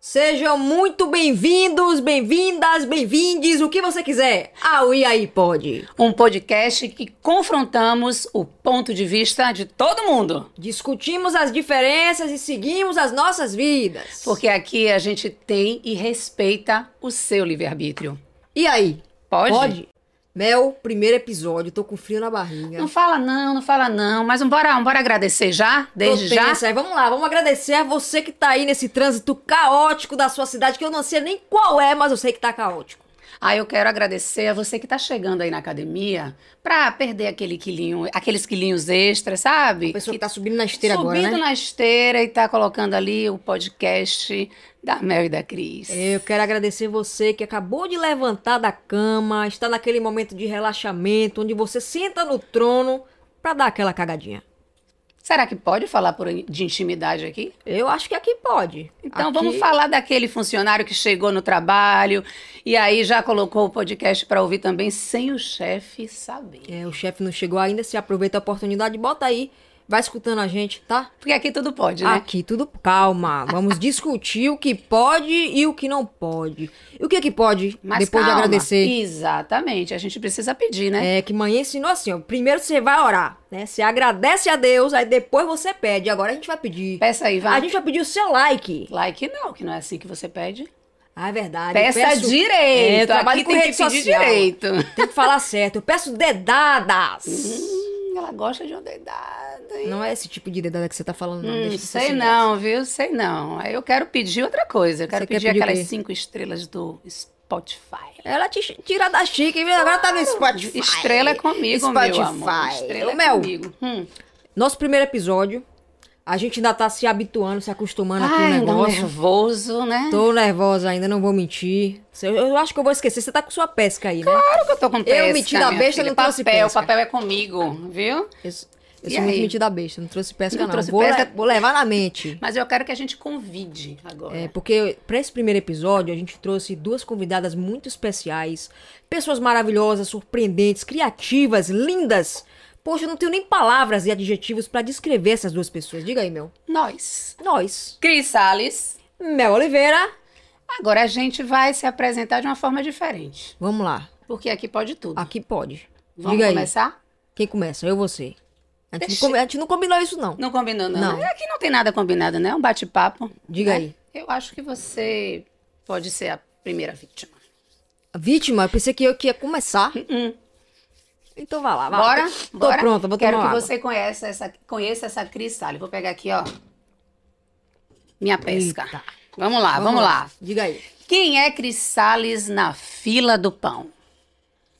Sejam muito bem-vindos, bem-vindas, bem-vindes, o que você quiser, ao E aí Pode. Um podcast que confrontamos o ponto de vista de todo mundo. Discutimos as diferenças e seguimos as nossas vidas. Porque aqui a gente tem e respeita o seu livre-arbítrio. E aí? Pode? Pode? Mel, primeiro episódio, tô com frio na barriga. Não fala não, não fala não, mas um bora, um bora agradecer já, desde Tô já. tensa. Aí, Vamos lá, vamos agradecer a você que tá aí nesse trânsito caótico da sua cidade, que eu não sei nem qual é, mas eu sei que tá caótico. Ah, eu quero agradecer a você que tá chegando aí na academia pra perder aquele quilinho, aqueles quilinhos extras, sabe? A pessoa que tá subindo na esteira Subindo agora, né? na esteira e tá colocando ali o podcast da Mel e da Cris. Eu quero agradecer você que acabou de levantar da cama, está naquele momento de relaxamento, onde você senta no trono pra dar aquela cagadinha. Será que pode falar por, de intimidade aqui? Eu acho que aqui pode. Então Aqui- vamos falar daquele funcionário que chegou no trabalho e aí já colocou o podcast para ouvir também sem o chefe saber. É, o chefe não chegou ainda, se aproveita a oportunidade, bota aí, vai escutando a gente, tá? Porque aqui tudo pode, né? Aqui tudo calma. Vamos discutir o que pode e o que não pode. E o que é que pode depois calma. de agradecer? Exatamente, a gente precisa pedir, né? É, que manhã ensinou assim, ó. Primeiro você vai orar, né? Você agradece a Deus, aí depois você pede. Agora a gente vai pedir. Peça aí, vai. A gente vai pedir o seu like. Like não, que não é assim que você pede. Ah, é verdade. eu Peça peço- direito. É, eu trabalho aqui com tem rede que pedir social. direito. Tem que falar certo. Eu peço dedadas. Hum, ela gosta de uma dedada, hein? Não é esse tipo de dedada que você tá falando, não. Hum, Deixa eu sei assim, não, viu? Sei não. Aí eu quero pedir outra coisa. Eu quero Você quer pedir pedir o aquelas quê? cinco estrelas do Spotify. Ela te ch- tira da chique, viu? Agora tá no Spotify. Estrela é comigo, Spotify. meu amor. Estrela Ô, Mel. comigo. Hum. Nosso primeiro episódio. A gente ainda tá se habituando, se acostumando aqui no Ai, ainda negócio. nervoso, né? Tô nervosa ainda, não vou mentir. Eu, eu acho que eu vou esquecer. Você tá com sua pesca aí, né? Claro que eu tô com pesca, metida minha besta, filha. não trouxe papel, pesca. papel é comigo, viu? Eu, sou- eu E sou muito aí? metida besta, não trouxe pesca Não não. trouxe vou, pesca? le- vou levar na mente. Mas eu quero que a gente convide agora. É, porque pra esse primeiro episódio a gente trouxe duas convidadas muito especiais, pessoas maravilhosas, surpreendentes, criativas, lindas. Poxa, eu não tenho nem palavras e adjetivos pra descrever essas duas pessoas. Diga aí, Mel. Nós. Nós, Cris Salles. Mel Oliveira, Agora a gente vai se apresentar de uma forma diferente. vamos lá. Porque aqui pode tudo. Aqui pode. Ah, Vamos Diga aí. começar? Quem começa? Eu ou você? A gente, não, Deixa- come- a gente não combinou isso, não. Não combinou, não. Não. né? Aqui não tem nada combinado, né? É um bate-papo. Diga né? aí. Eu acho que você pode ser a primeira vítima. A Vítima, eu pensei que eu que ia começar. Hum. Então vai lá, vai lá. Bora? Tô Bora? pronta, vou Quero tomar que água. você conheça essa, conheça essa Cris Salles. Vou pegar aqui, ó. Minha pesca. Eita. Vamos lá, vamos, lá. Diga aí. Quem é Cris Salles na fila do pão?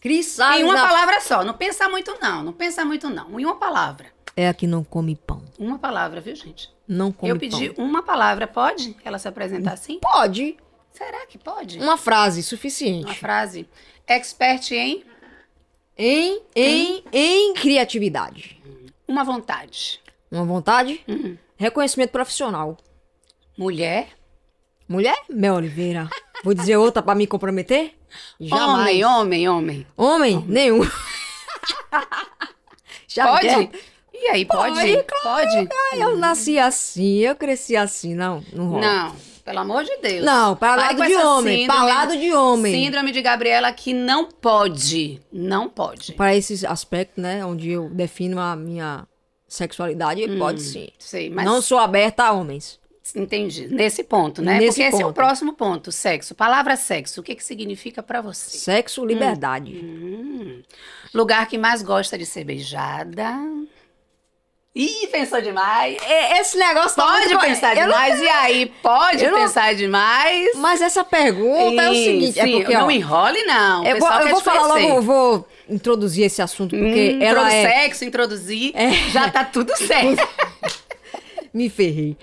Cris em Salles uma na- palavra só. Não pensa muito, não. Não pensa muito, não. Em uma palavra. É a que não come pão. Uma palavra, viu, gente? Não come Eu pedi pão. Hum. uma palavra. Pode ela se apresentar assim? Pode. Será que pode? Uma frase Uma suficiente. frase. Expert em Em, em, Hum? em criatividade. uma vontade. Uma vontade? Hum. Reconhecimento profissional. Mulher. Mulher? Mel Oliveira. Vou dizer outra pra me comprometer? Jamais. Homem, homem, homem. Homem? Nenhum. Já Pode? deu. E aí, pode? Pode, pode? Ah, eu nasci assim, eu cresci assim. Não, não rola. Não, pelo amor de Deus. Não, pra Para lado com de essa homem, síndrome- pra lado de homem. Síndrome de Gabriela que não pode. Não pode. Para esse aspecto, né, onde eu defino a minha sexualidade, Hum. pode sim. Sei, mas Não sou aberta a homens. entendi. Nesse ponto, né? Nesse Porque esse é ponto. o próximo ponto. Sexo. Palavra sexo. O que, que significa pra você? Sexo, liberdade. Hum. Lugar que mais gosta de ser beijada. Ih, pensou demais. E- Esse negócio tá Pode muito- pensar eu não- demais. E aí, pode Eu não- pensar demais? Mas essa pergunta é o Sim, seguinte, é sim, porque, não ó, enrole, não. O eu vou, pessoal eu quer vou te falar conhecer. logo, eu vou introduzir esse assunto, porque Hum, ela introduz é... sexo, introduzir, já tá tudo certo. Me ferrei.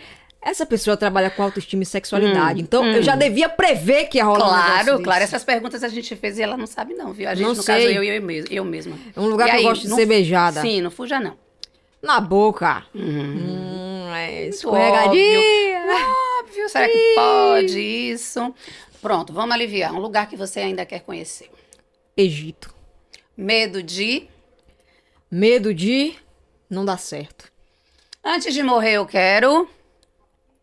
Essa pessoa trabalha com autoestima e sexualidade, então eu já devia prever que ia rolar um negócio Hum, claro, desse. claro. Essas perguntas a gente fez e ela não sabe não, viu? A gente, Não no sei. caso, eu e eu, mes- eu mesma. É um lugar E que aí, eu gosto de não- ser beijada. Sim, não fuja não. Na boca. Hum. Hum, é escorregadinha. Óbvio, será que pode isso? Pronto, vamos aliviar. Um lugar que você ainda quer conhecer. Egito. Medo de... Medo de não dar certo. Antes de morrer eu quero...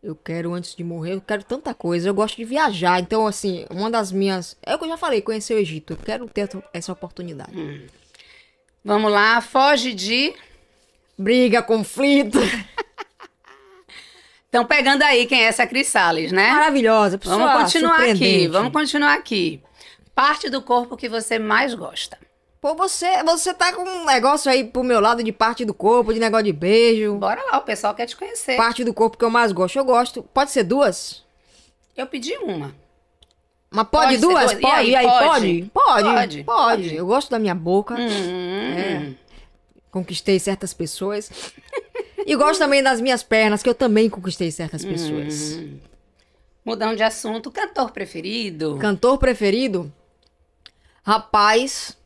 Eu quero antes de morrer, eu quero tanta coisa. Eu gosto de viajar. Então, assim, uma das minhas. É o que eu já falei, conhecer o Egito. Eu quero ter essa- essa oportunidade. Hum. Vamos lá, foge de. Briga, conflito. Estão pegando aí quem é essa Cris Salles, né? Maravilhosa, pessoa Vamos continuar aqui, surpreendente. vamos continuar aqui. Parte do corpo que você mais gosta. Pô, você, você tá com um negócio aí pro meu lado de parte do corpo, de negócio de beijo. Bora lá, o pessoal quer te conhecer. Parte do corpo que eu mais gosto. Eu gosto. Pode ser duas? Eu pedi uma. Mas pode, Pode ser duas? duas. E Pode, aí, e aí, pode? pode? Pode, Pode, pode. pode. Eu gosto da minha boca. Hum, É, Conquistei certas pessoas. E gosto também das minhas pernas, que eu também conquistei certas Hum. pessoas. Mudando de assunto, cantor preferido? Cantor preferido? Rapaz,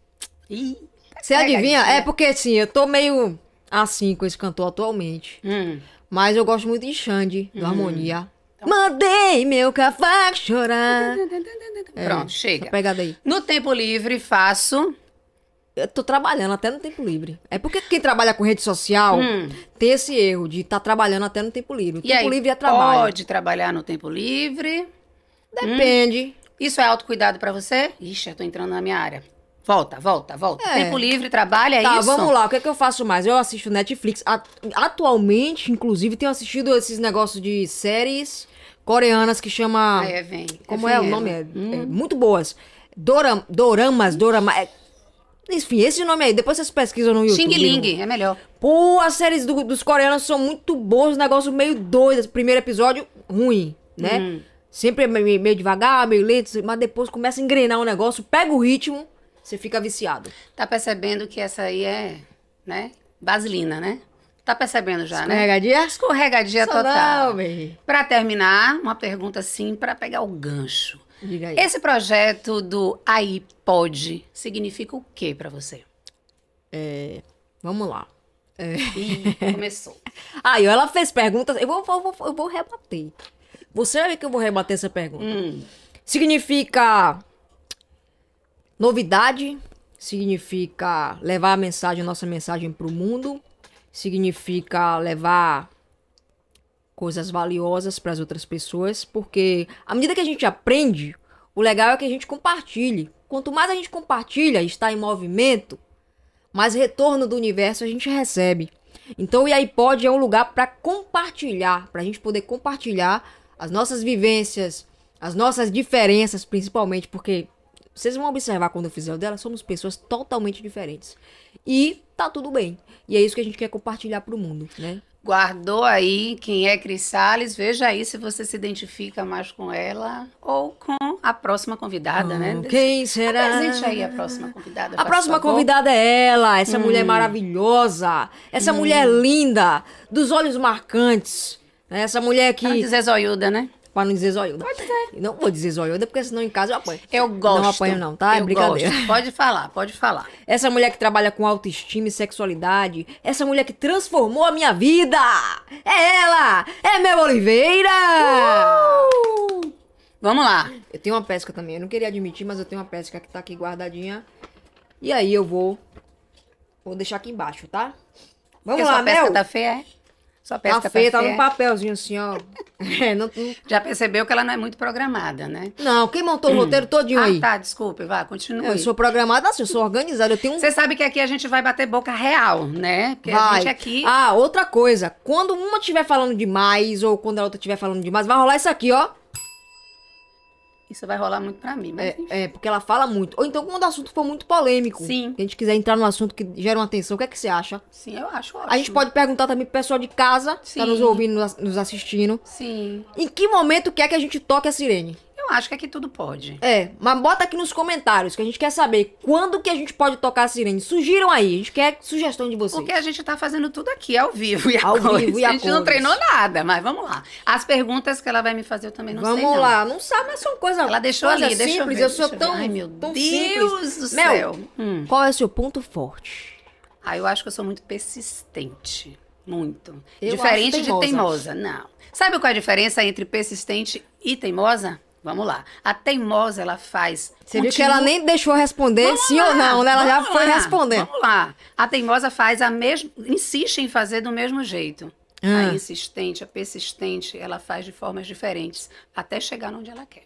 Ih, você Pegadinha. adivinha? É porque assim, eu tô meio assim com esse cantor atualmente. hum. Mas eu gosto muito de Xande, do Harmonia. Então. Mandei meu cavaco chorar. É. Pronto, Essa chega. pegada aí. No tempo livre, faço. Eu tô trabalhando até no tempo livre. É porque quem trabalha com rede social Hum. tem esse erro de estar trabalhando até no tempo livre. O E tempo aí, livre é trabalho. Pode trabalhar no tempo livre. Depende. Isso é autocuidado pra você? Ixi, eu tô entrando na minha área. Volta, volta, volta. É. Tempo livre, trabalha, é tá, isso? vamos lá. O que é que eu faço mais? Eu assisto Netflix. At- Atualmente, inclusive, tenho assistido esses negócios de séries coreanas que chama. Ah, é, vem. Como vem é o ela. nome? É, Hum. é muito boas. Dora, doramas, dorama. é- enfim, esse nome aí. Depois vocês pesquisam no YouTube. Xing Ling, é melhor. Pô, as séries do- dos coreanos são muito boas, um negócio meio doido. Primeiro episódio, ruim, né? Hum. Sempre é meio, meio devagar, meio lento, mas depois começa a engrenar o negócio, pega o ritmo, você fica viciado. Tá percebendo que essa aí é, né? Vaselina, né? Tá percebendo já, né? Escorregadia? Escorregadia Só É total. não, véi. Pra terminar, uma pergunta assim pra pegar o gancho. Diga aí. Esse projeto do iPod significa o quê pra você? Vamos lá. Ih, começou. Aí, ó, ela fez perguntas. Eu vou, vou, vou- eu vou rebater. Você vai ver que eu vou rebater essa pergunta. Hum, Significa novidade, significa levar a mensagem, nossa mensagem pro mundo, significa levar coisas valiosas pras outras pessoas, porque à medida que a gente aprende, o legal é que a gente compartilhe. Quanto mais a gente compartilha, está em movimento, mais retorno do universo a gente recebe. Então o iPod é um lugar para compartilhar, para a gente poder compartilhar as nossas vivências, as nossas diferenças, principalmente, porque vocês vão observar quando eu fizer o dela, somos pessoas totalmente diferentes. E tá tudo bem. E é isso que a gente quer compartilhar pro mundo, né? guardou aí quem é Cris Salles. Veja aí se você se identifica mais com ela ou com a próxima convidada, né? Então, Quem será? Apresente aí tá a próxima convidada. A faz próxima favor. convidada é ela, Hum. essa mulher maravilhosa, essa mulher linda, dos olhos marcantes, né? essa mulher Pra não que dizer zoiuda, né? Pra não dizer zoiuda. Pode ser. Não vou dizer zoiuda, porque senão em casa eu apanho. Eu gosto. Não apanho não, tá? É Eu brincadeira. gosto. Pode falar, pode falar. Essa mulher que trabalha com autoestima e sexualidade. Essa mulher que transformou a minha vida. É ela! É Mel Oliveira! Uh! Vamos lá. Eu tenho uma pesca também. Eu não queria admitir, mas eu tenho uma pesca que tá aqui guardadinha. E aí eu vou... Vou deixar aqui embaixo, tá? Vamos Porque lá, sua pesca Mel. tá feia, é? Sua pesca tá, tá feia, tá feia. num papelzinho assim, ó. É, não, não- Já percebeu que ela não é muito programada, né? não, quem montou o roteiro todinho ah, aí? tá, desculpe, vá, continue. Eu sou programada assim, eu sou organizada. Eu tenho um Você sabe que aqui a gente vai bater boca real, né? Porque a Vai. gente aqui. Ah, outra coisa. Quando uma estiver falando demais ou quando a outra estiver falando demais, vai rolar isso aqui, ó. Isso vai rolar muito pra mim, mas enfim. É, porque ela fala muito. Ou então quando o assunto for muito polêmico. Sim. Se a gente quiser entrar num assunto que gera uma atenção, o que é que você acha? Sim, eu acho ótimo. A gente pode perguntar também pro pessoal de casa, que Sim. tá nos ouvindo, nos nos assistindo. Sim. Em que momento quer que a gente toque a sirene? Eu acho que aqui tudo pode. É, mas bota aqui nos comentários, que a gente quer saber quando que a gente pode tocar a sirene. Sugiram aí, a gente quer sugestão de vocês. Porque a gente tá fazendo tudo aqui, ao vivo e a Ao cores. vivo e a A gente não cores. treinou nada, mas vamos lá. As perguntas que ela vai me fazer eu também não Vamos sei. não. lá, não sabe, mas são coisas Ela deixou coisa ali, deixa eu simples. ver, Eu sou deixa eu ver. tão, Ai, meu tão Deus simples. do Mel, céu. Hum. Qual é o seu ponto forte? Ah, eu acho que eu sou muito persistente. Muito. Eu Diferente acho de teimosa. teimosa. Não. Sabe qual é a diferença entre persistente e teimosa? Vamos lá. A teimosa, ela faz. Você viu que ela nem deixou responder sim ou não, né? Ela já foi respondendo. Vamos lá. A teimosa faz a mesma. Insiste em fazer do mesmo jeito. Ah. A insistente, a persistente, ela faz de formas diferentes até chegar onde ela quer.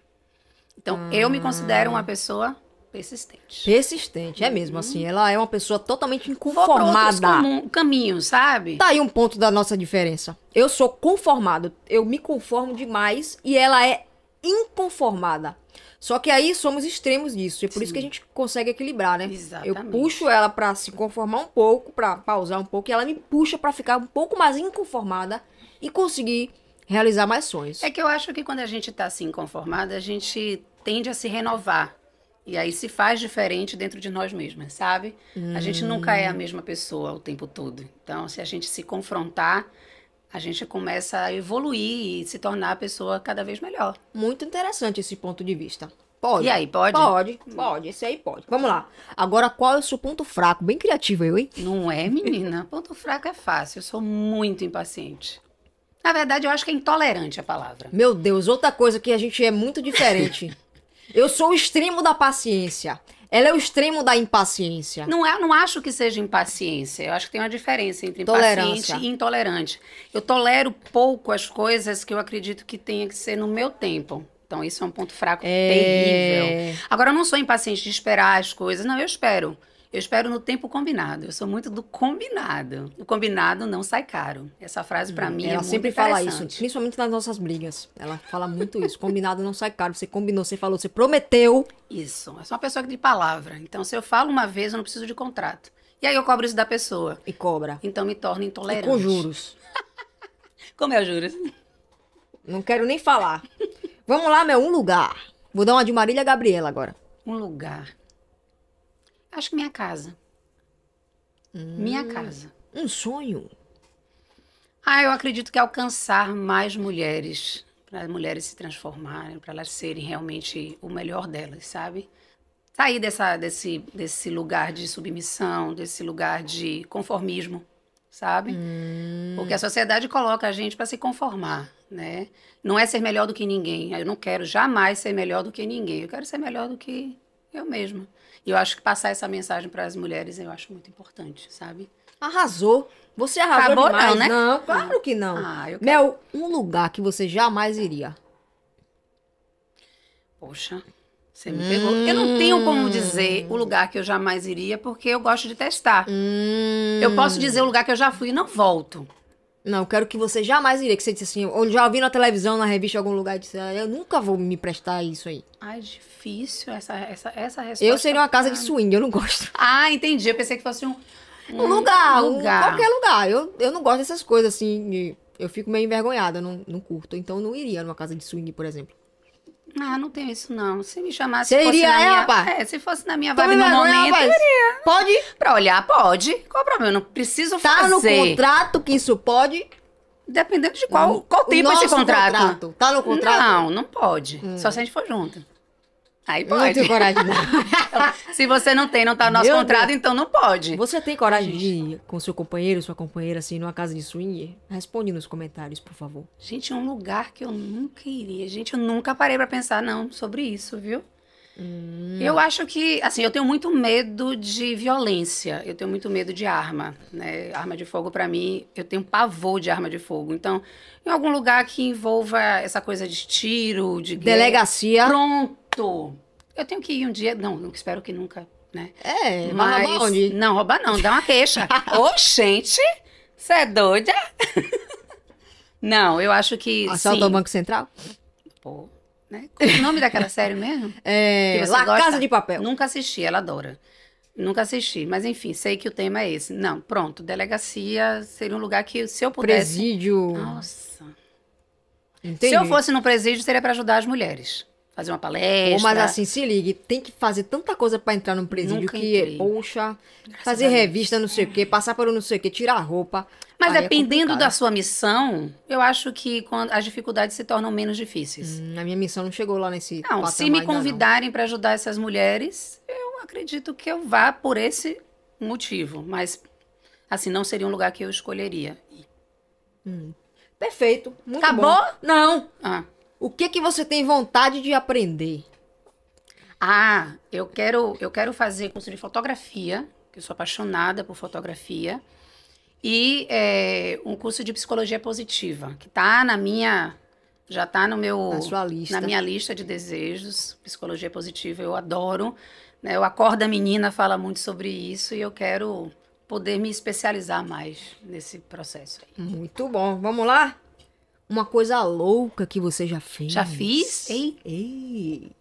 Então, eu me considero Ah. uma pessoa persistente. Persistente, é mesmo assim. Ela é uma pessoa totalmente Vou pra outros inconformada. comu- caminhos, sabe? Tá aí um ponto da nossa diferença. Eu sou conformado, eu me conformo demais e ela é inconformada. Só que aí somos extremos disso, e por isso que a gente consegue equilibrar, né? Exatamente. Eu puxo ela pra se conformar um pouco, pra pausar um pouco, e ela me puxa pra ficar um pouco mais inconformada e conseguir realizar mais sonhos. É que eu acho que quando a gente está assim conformada, a gente tende a se renovar. E aí se faz diferente dentro de nós mesmas, sabe? A gente nunca é a mesma pessoa o tempo todo. Então, se a gente se confrontar, a gente começa a evoluir e se tornar a pessoa cada vez melhor. Muito interessante esse ponto de vista. Pode. E aí, pode? Hum. Pode, pode, esse aí pode. Vamos lá. Agora, qual é o seu ponto fraco? Bem criativa eu, hein? Não é, menina? Ponto fraco é fácil. Eu sou muito impaciente. Na verdade, eu acho que é intolerante a palavra. Meu Deus, outra coisa que a gente é muito diferente. eu sou o extremo da paciência. Ela é o extremo da impaciência. Não, é- não acho que seja impaciência. Eu acho que tem uma diferença entre impaciente Tolerância. e intolerante. Eu tolero pouco as coisas que eu acredito que tenha que ser no meu tempo. Então, isso é um ponto fraco É... terrível. Agora, eu não sou impaciente de esperar as coisas. Não, eu espero. Eu espero no tempo combinado. Eu sou muito do combinado. O combinado não sai caro. Essa frase, pra mim, é Hum, Ela muito sempre fala isso, interessante. principalmente nas nossas brigas. Ela fala muito isso. Combinado não sai caro. Você combinou, você falou, você prometeu. Isso. Eu sou uma pessoa de palavra. Então, se eu falo uma vez, eu não preciso de contrato. E aí, eu cobro isso da pessoa. E cobra. Então, me torno E intolerante. com juros. Como é o juros? Não quero nem falar. Vamos lá, meu, um lugar. Vou dar uma de Marília Gabriela agora. Um lugar. Acho que minha casa. Minha casa. Um sonho. Ah, eu acredito que alcançar mais mulheres, para as mulheres se transformarem, para elas serem realmente o melhor delas, sabe? Sair dessa, desse, desse lugar de submissão, desse lugar de conformismo, sabe? Porque a sociedade coloca a gente para se conformar, né? Não é ser melhor do que ninguém. Eu não quero jamais ser melhor do que ninguém. Eu quero ser melhor do que eu mesma. E eu acho que passar essa mensagem para as mulheres eu acho muito importante, sabe? Arrasou. Você arrasou Acabou não, demais. né? Não, claro que não. Ah, eu Mel, um lugar que você jamais iria. Poxa, você me pegou. Eu não tenho Hum. como dizer o lugar que eu jamais iria, porque eu gosto de testar. Hum. Eu posso dizer o lugar que eu já fui e não volto. Não, eu quero que você jamais iria. Que você disse assim, ou já ouvi na televisão, na revista, em algum lugar, e disse, ah, eu nunca vou me prestar a isso aí. Ai, difícil essa, essa, essa resposta. Eu seria uma casa de swing, eu não gosto. Ah, entendi. Eu pensei que fosse um. Um lugar, um- lugar. qualquer lugar. Eu, eu não gosto dessas coisas assim. de- eu fico meio envergonhada, eu não, não curto. Então eu não iria numa casa de swing, por exemplo. Ah, não tenho isso, não. Se me chamasse. Você fosse iria, na é, minha... rapaz? É, se fosse na minha Tome vibe no vergonha, momento. rapaz. Pode? Pra olhar, pode. Qual o problema? Eu não preciso Tá no fazer. contrato que isso pode? Dependendo de qual, qual O tipo esse nosso contrato. Tá no contrato? Hum. Não, não pode. Só se a gente for junto. Aí Eu não pode. tenho coragem, não. Então, Se você não tem, não tá no nosso Meu contrato, então não pode. Você tem coragem de ir com seu companheiro, sua companheira, assim, numa casa de swing? Responde nos comentários, por favor. Gente, é um lugar que eu nunca iria. Gente, eu nunca parei pra pensar, não, sobre isso, viu? Eu acho que, assim, eu tenho muito medo de violência. Eu tenho muito medo de arma, né? Arma de fogo, pra mim, eu tenho pavor de arma de fogo. Então, em algum lugar que envolva essa coisa de tiro, de guerra. É. Delegacia. Pronto! Eu tenho que ir um dia. Não, eu espero que nunca, né? É, mas Mas roubar onde? não, roubar não, dá uma queixa. Ô, gente, você é doida? não, eu acho que Assalto sim. ao Banco Central? Pô, né? Qual o nome daquela série mesmo? É, Que você La gosta? Casa de Papel. Nunca assisti, ela adora. Nunca assisti, mas enfim, sei que o tema é esse. Não, pronto, delegacia seria um lugar que se eu pudesse... Presídio. Nossa. Entendi. Se eu fosse no presídio, seria pra ajudar as mulheres. Fazer uma palestra. Pô, mas assim, se ligue, tem que fazer tanta coisa pra entrar num presídio Nunca que, é entrei. poxa, fazer a Deus. revista, não sei o quê, passar por um não sei o quê, tirar a roupa. Mas Aí é dependendo complicado. da sua missão, eu acho que quando- as dificuldades se tornam menos difíceis. Hum, a minha missão não chegou lá nesse Não, se patamar me ainda não. convidarem para ajudar essas mulheres, eu acredito que eu vá por esse motivo, mas assim não seria um lugar que eu escolheria. Perfeito. Muito Acabou? bom. Não. Ah, O que que você tem vontade de aprender? Ah, eu quero eu quero fazer curso de fotografia, que eu sou apaixonada por fotografia. E é, um curso de psicologia positiva, que tá na minha. Já tá no meu. Na sua lista. na minha lista de desejos. Psicologia positiva, eu adoro. Né? O Acorda Menina fala muito sobre isso e eu quero poder me especializar mais nesse processo aí. Muito bom. Vamos lá? Uma coisa louca que você já fez. Já fiz? Ei, Ei.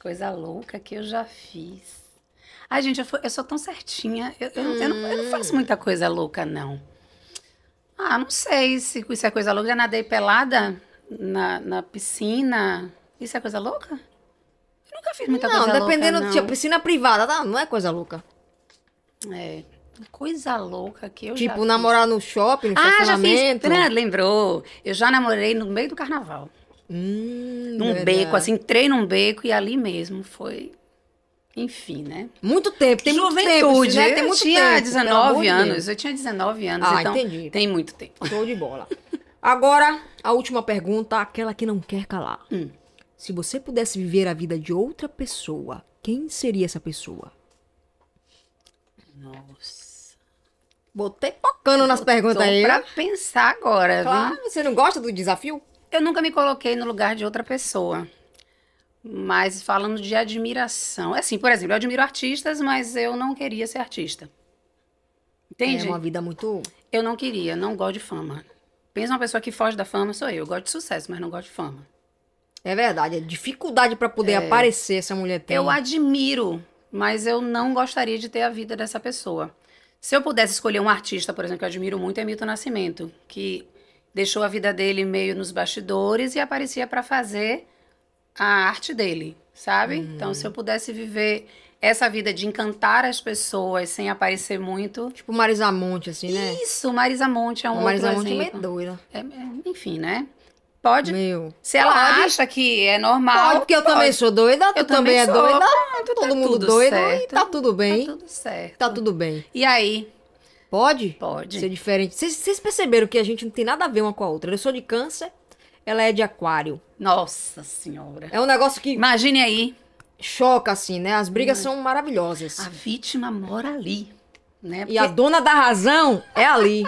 coisa louca que eu já fiz. Ai, gente, eu, fui- eu sou tão certinha. Eu, eu- eu não, eu Hum. não faço muita coisa louca, não. Ah, não sei se isso é coisa louca. Já nadei pelada na, na piscina. Isso é coisa louca? Eu nunca fiz muita Não, coisa dependendo. louca, Tipo, piscina privada, tá? Não é coisa louca. não. É, coisa louca que eu já tipo, fiz. namorar no shopping, no Ah, já fiz. estacionamento. Fran, Lembrou. Eu já namorei no meio do carnaval. Hum, num verdade. beco, assim, entrei num beco e ali mesmo foi. Enfim, né? Muito tempo, tem muito tempo. isso, né? Tem eu muito tinha tempo, pelo 19 amor de anos. Deus. Eu tinha 19 anos, Ah, então entendi. tem muito tempo. Show de bola. Agora, a última pergunta, aquela que não quer calar. Hum. Se você pudesse viver a vida de outra pessoa, quem seria essa pessoa? Nossa. Botei pocando nas perguntas aí. né? pra pensar agora, Claro, viu? você não gosta do desafio? Eu nunca me coloquei no lugar de outra pessoa. Mas falando de admiração. Assim, por exemplo, eu admiro artistas, mas eu não queria ser artista. Entende? É uma vida muito. Eu não queria, não gosto de fama. Pensa uma pessoa que foge da fama, sou eu. Eu gosto de sucesso, mas não gosto de fama. É verdade, é dificuldade pra poder aparecer essa mulher tem. É. Eu admiro, mas eu não gostaria de ter a vida dessa pessoa. Se eu pudesse escolher um artista, por exemplo, que eu admiro muito, é Milton Nascimento, que deixou a vida dele meio nos bastidores e aparecia para fazer a arte dele, sabe? Hum. Então, se eu pudesse viver essa vida de encantar as pessoas sem aparecer muito. Tipo Marisa Monte, assim, né? Isso, Marisa Monte é um Marisa outro Monte é meio exemplo. doida. É, é, enfim, né? Pode. Meu. Se ela Pode. acha que é Pode, normal. porque eu também sou doida, tu Eu também também é sou. doida. Pronto, todo tá mundo tudo doido e certo. tá tudo bem. Tá tudo certo. Tá tudo bem. E aí? Pode? Pode. Ser diferente. Vocês- Vocês perceberam que a gente não tem nada a ver uma com a outra. Eu sou de câncer, ela é de aquário. Nossa senhora. É um negócio que Imagine aí. choca, assim, né? As brigas são maravilhosas. A vítima mora ali, né? E a dona da razão é ali.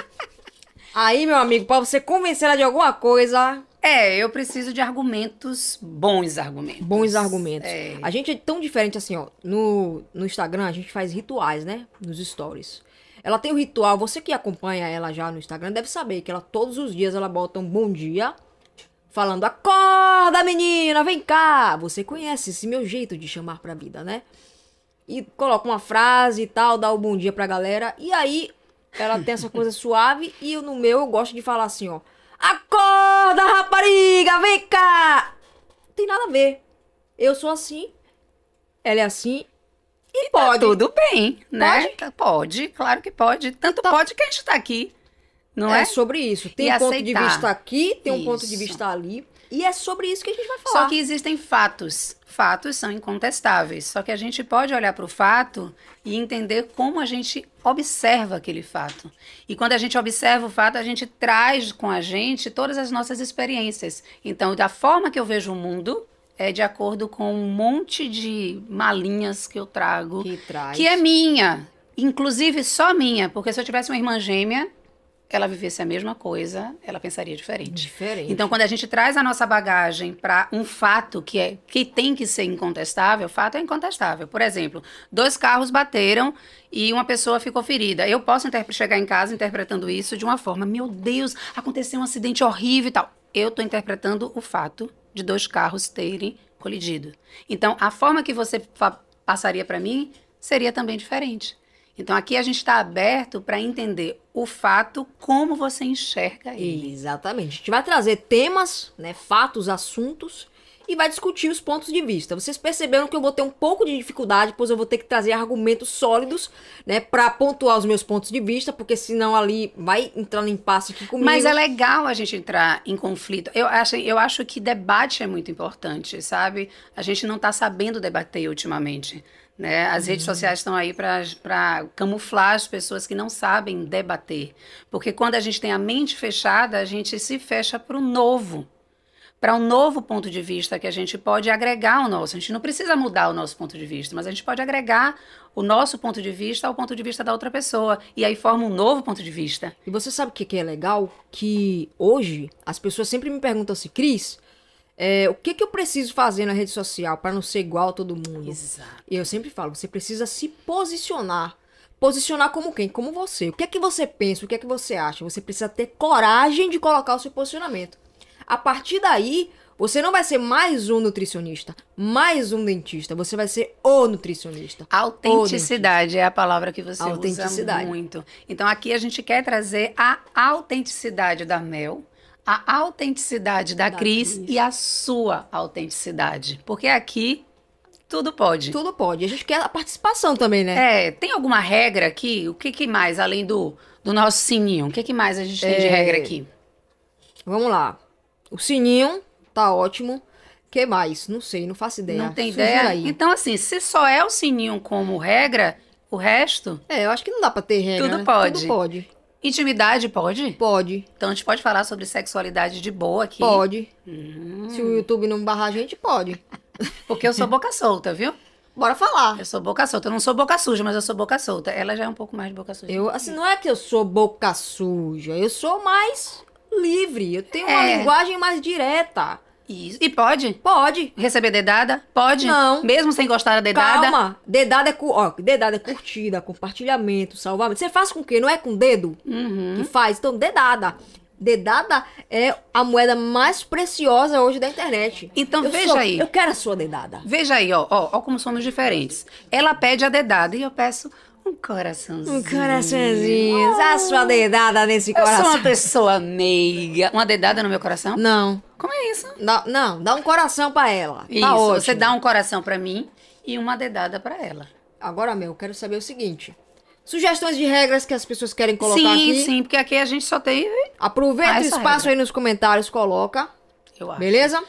Aí, meu amigo, pra você convencer ela de alguma coisa, É, eu preciso de argumentos, bons argumentos. bons argumentos. É. A gente é tão diferente assim, ó. No, no Instagram, a gente faz rituais, né? Nos stories. Ela tem um ritual, você que acompanha ela já no Instagram deve saber que ela todos os dias ela bota um bom dia falando: "Acorda, menina, vem cá". Você conhece esse meu jeito de chamar pra vida, né? E coloca uma frase e tal, dá o bom dia pra galera. E aí ela tem essa coisa suave e eu, no meu eu gosto de falar assim, ó: "Acorda, rapariga, vem cá". Não tem nada a ver. Eu sou assim, ela é assim e Tá pode. tudo bem, né? Tá- Pode, claro que pode. Tanto Então pode que a gente tá aqui, não é? é sobre isso. Tem E um ponto de aceitar. vista aqui, tem um ponto de Isso. vista ali. E é sobre isso que a gente vai falar. Só que existem fatos. Fatos são incontestáveis. Só que a gente pode olhar para o fato e entender como a gente observa aquele fato. E quando a gente observa o fato, a gente traz com a gente todas as nossas experiências. Então, da forma que eu vejo o mundo é de acordo com um monte de malinhas que eu trago, que traz. que é minha. Inclusive só minha. Porque se eu tivesse uma irmã gêmea, ela vivesse a mesma coisa, ela pensaria diferente. diferente. Então, quando a gente traz a nossa bagagem para um fato que é que tem que ser incontestável, o fato é incontestável. Por exemplo, dois carros bateram e uma pessoa ficou ferida. Eu posso interpre- chegar em casa interpretando isso de uma forma, meu Deus, aconteceu um acidente horrível e tal. Eu estou interpretando o fato de dois carros terem colidido. Então, a forma que você fa- passaria para mim seria também diferente. Então, aqui a gente está aberto para entender o fato, como você enxerga ele. É Exatamente. A gente vai trazer temas, né, fatos, assuntos e vai discutir os pontos de vista. Vocês perceberam que eu vou ter um pouco de dificuldade, pois eu vou ter que trazer argumentos sólidos, né, para pontuar os meus pontos de vista, porque senão ali vai entrar no impasse aqui comigo. Mas é legal a gente entrar em conflito. Eu acho, eu acho que debate é muito importante, sabe? A gente não está sabendo debater ultimamente. Né? As redes sociais estão aí para camuflar as pessoas que não sabem debater. Porque quando a gente tem a mente fechada, a gente se fecha para o novo. para um novo ponto de vista que a gente pode agregar ao nosso. A gente não precisa mudar o nosso ponto de vista, mas a gente pode agregar o nosso ponto de vista ao ponto de vista da outra pessoa. E aí forma um novo ponto de vista. E você sabe o que, que é legal? Que hoje as pessoas sempre me perguntam assim, Cris, é, o que, que eu preciso fazer na rede social para não ser igual a todo mundo? Exato. E eu sempre falo, você precisa se posicionar. Posicionar como quem? Como você. O que é que você pensa? O que é que você acha? Você precisa ter coragem de colocar o seu posicionamento. A partir daí, você não vai ser mais um nutricionista, mais um dentista. Você vai ser o nutricionista. Autenticidade é a palavra que você usa Autenticidade. muito. Então aqui a gente quer trazer a autenticidade da Mel, a autenticidade da, Da Cris, Cris. e a sua autenticidade. Porque aqui tudo pode. Tudo pode. A gente quer a participação também, né? É, tem alguma regra aqui? O que, que mais, além do, do nosso sininho? O que, que mais a gente tem de É. regra aqui? Vamos lá. O sininho tá ótimo. que mais? Não sei, não faço ideia. Não tem Sugira ideia? Aí. Então, assim, se só é o sininho como regra, o resto, É, eu acho que não dá pra ter regra. Tudo né? pode. Tudo pode. intimidade pode? Pode, Então, a gente pode falar sobre sexualidade de boa aqui. pode. Hum, Se o YouTube não barrar a gente, pode. porque eu sou boca solta, viu? Bora falar. Eu sou boca solta. Eu não sou boca suja, mas eu sou boca solta. Ela já é um pouco mais de boca suja. Eu, assim, não é que eu sou boca suja. Eu sou mais livre. Eu tenho uma É. linguagem mais direta. Isso. E pode? Pode. Receber dedada? Pode? Não. Mesmo sem gostar da dedada? Calma. Dedada é, cu- ó, dedada é curtida, compartilhamento, salvamento. Você faz com o quê? Não é com o dedo? Uhum. que faz. Então, dedada. Dedada é a moeda mais preciosa hoje da internet. Então, Eu veja sou- aí. Eu quero a sua dedada. Veja aí, ó, ó, ó como somos diferentes. Ela pede a dedada e eu peço um coraçãozinho. Um coraçãozinho. Ah, A sua dedada nesse Eu sou uma coração. pessoa meiga. Uma dedada no meu coração? Não. Como é isso? Dá- não, dá um coração pra ela. Isso, Tá ótimo. você dá um coração pra mim e uma dedada pra ela. Agora, meu, eu quero saber o seguinte. Sugestões de regras que as pessoas querem colocar sim, aqui. sim, porque aqui a gente só tem, Aproveita Ah, o essa espaço regra. aí nos comentários, coloca. eu acho. Beleza?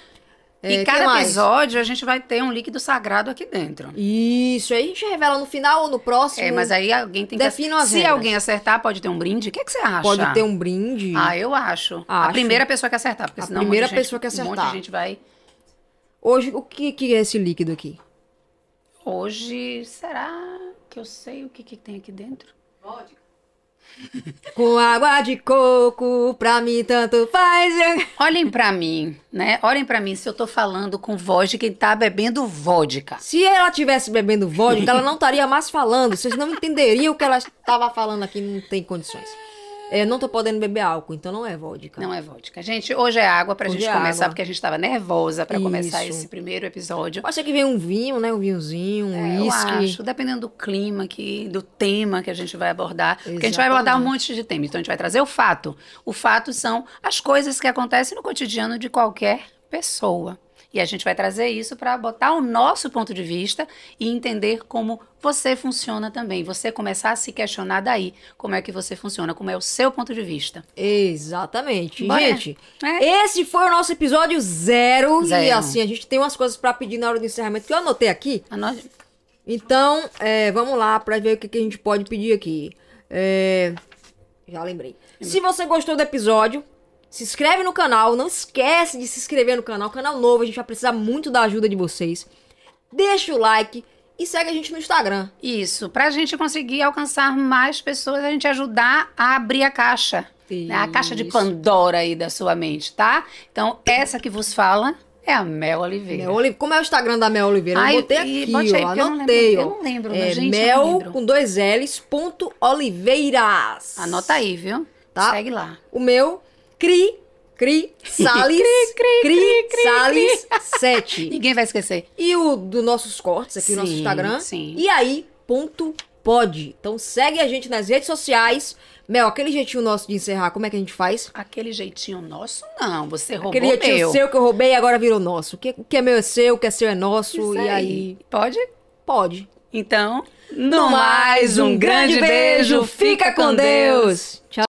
É, E que cada mais? episódio a gente vai ter um líquido sagrado aqui dentro. Isso, aí a gente revela no final ou no próximo. É, mas aí alguém tem que Defina as Se regras. alguém acertar, pode ter um brinde. O que, é que você acha? Pode ter um brinde. Ah, eu acho. A Acho. primeira pessoa que acertar, porque A senão primeira um monte de pessoa gente- que Um monte acertar. de gente vai Hoje, o que, que é esse líquido aqui? Hoje, será que eu sei o que, que tem aqui dentro? Com água de coco, pra mim tanto faz. Olhem pra mim, né? Olhem pra mim se eu tô falando com voz de quem tá bebendo vodka. Se ela tivesse bebendo vodka, ela não estaria mais falando. Vocês não entenderiam o que ela estava falando aqui, não tem condições. É, não tô podendo beber álcool, então não é vodka. Não é vodka. Gente, hoje é água pra Hoje gente é começar, água. porque a gente tava nervosa pra começar Isso. esse primeiro episódio. Pode ser que venha um vinho, né? Um vinhozinho, É, um eu uísque. acho, dependendo do clima que, do tema que a gente vai abordar, porque a gente vai abordar um monte de tema. Então a gente vai trazer o fato. O fato são as coisas que acontecem no cotidiano de qualquer pessoa. E a gente vai trazer isso para botar o nosso ponto de vista e entender como você funciona também. Você começar a se questionar daí, como é que você funciona, como é o seu ponto de vista. Exatamente. Bora. Gente, É. esse foi o nosso episódio zero, E Zero. assim, a gente tem umas coisas pra pedir na hora do encerramento que eu anotei aqui. A nós- Então, é, vamos lá pra ver o que, que a gente pode pedir aqui. É, já lembrei. Se você gostou do episódio, se inscreve no canal. Não esquece de se inscrever no canal. Canal novo, a gente vai precisar muito da ajuda de vocês. Deixa o like e segue a gente no Instagram. Isso, para a gente conseguir alcançar mais pessoas, a gente ajudar a abrir a caixa. né? A caixa de Isso. Pandora aí da sua mente, tá? Então, essa que vos fala é a Mel Oliveira. Mel Oli- Como é o Instagram da Mel Oliveira? Ai, eu botei e aqui, bote aí, ó, porque eu não anotei, lembro- ó. eu não lembro, né? é, gente, eu Mel não lembro. com dois L's ponto Oliveiras. Anota aí, viu? Tá. Segue lá. O meu, Cri, Cri, Salles, Cri, Salles 7. Ninguém vai esquecer. E o dos nossos cortes aqui, o nosso Sim, Instagram. sim. E aí, ponto pod. Então segue a gente nas redes sociais. Mel, aquele jeitinho nosso de encerrar, como é que a gente faz? Aquele jeitinho nosso, não. Você roubou Aquele jeitinho meu. seu que eu roubei e agora virou nosso. O que, o que é meu é seu, o que é seu é nosso. Isso e aí, Pode? pode. Então, no mais, um grande beijo. um Fica com Deus. Tchau.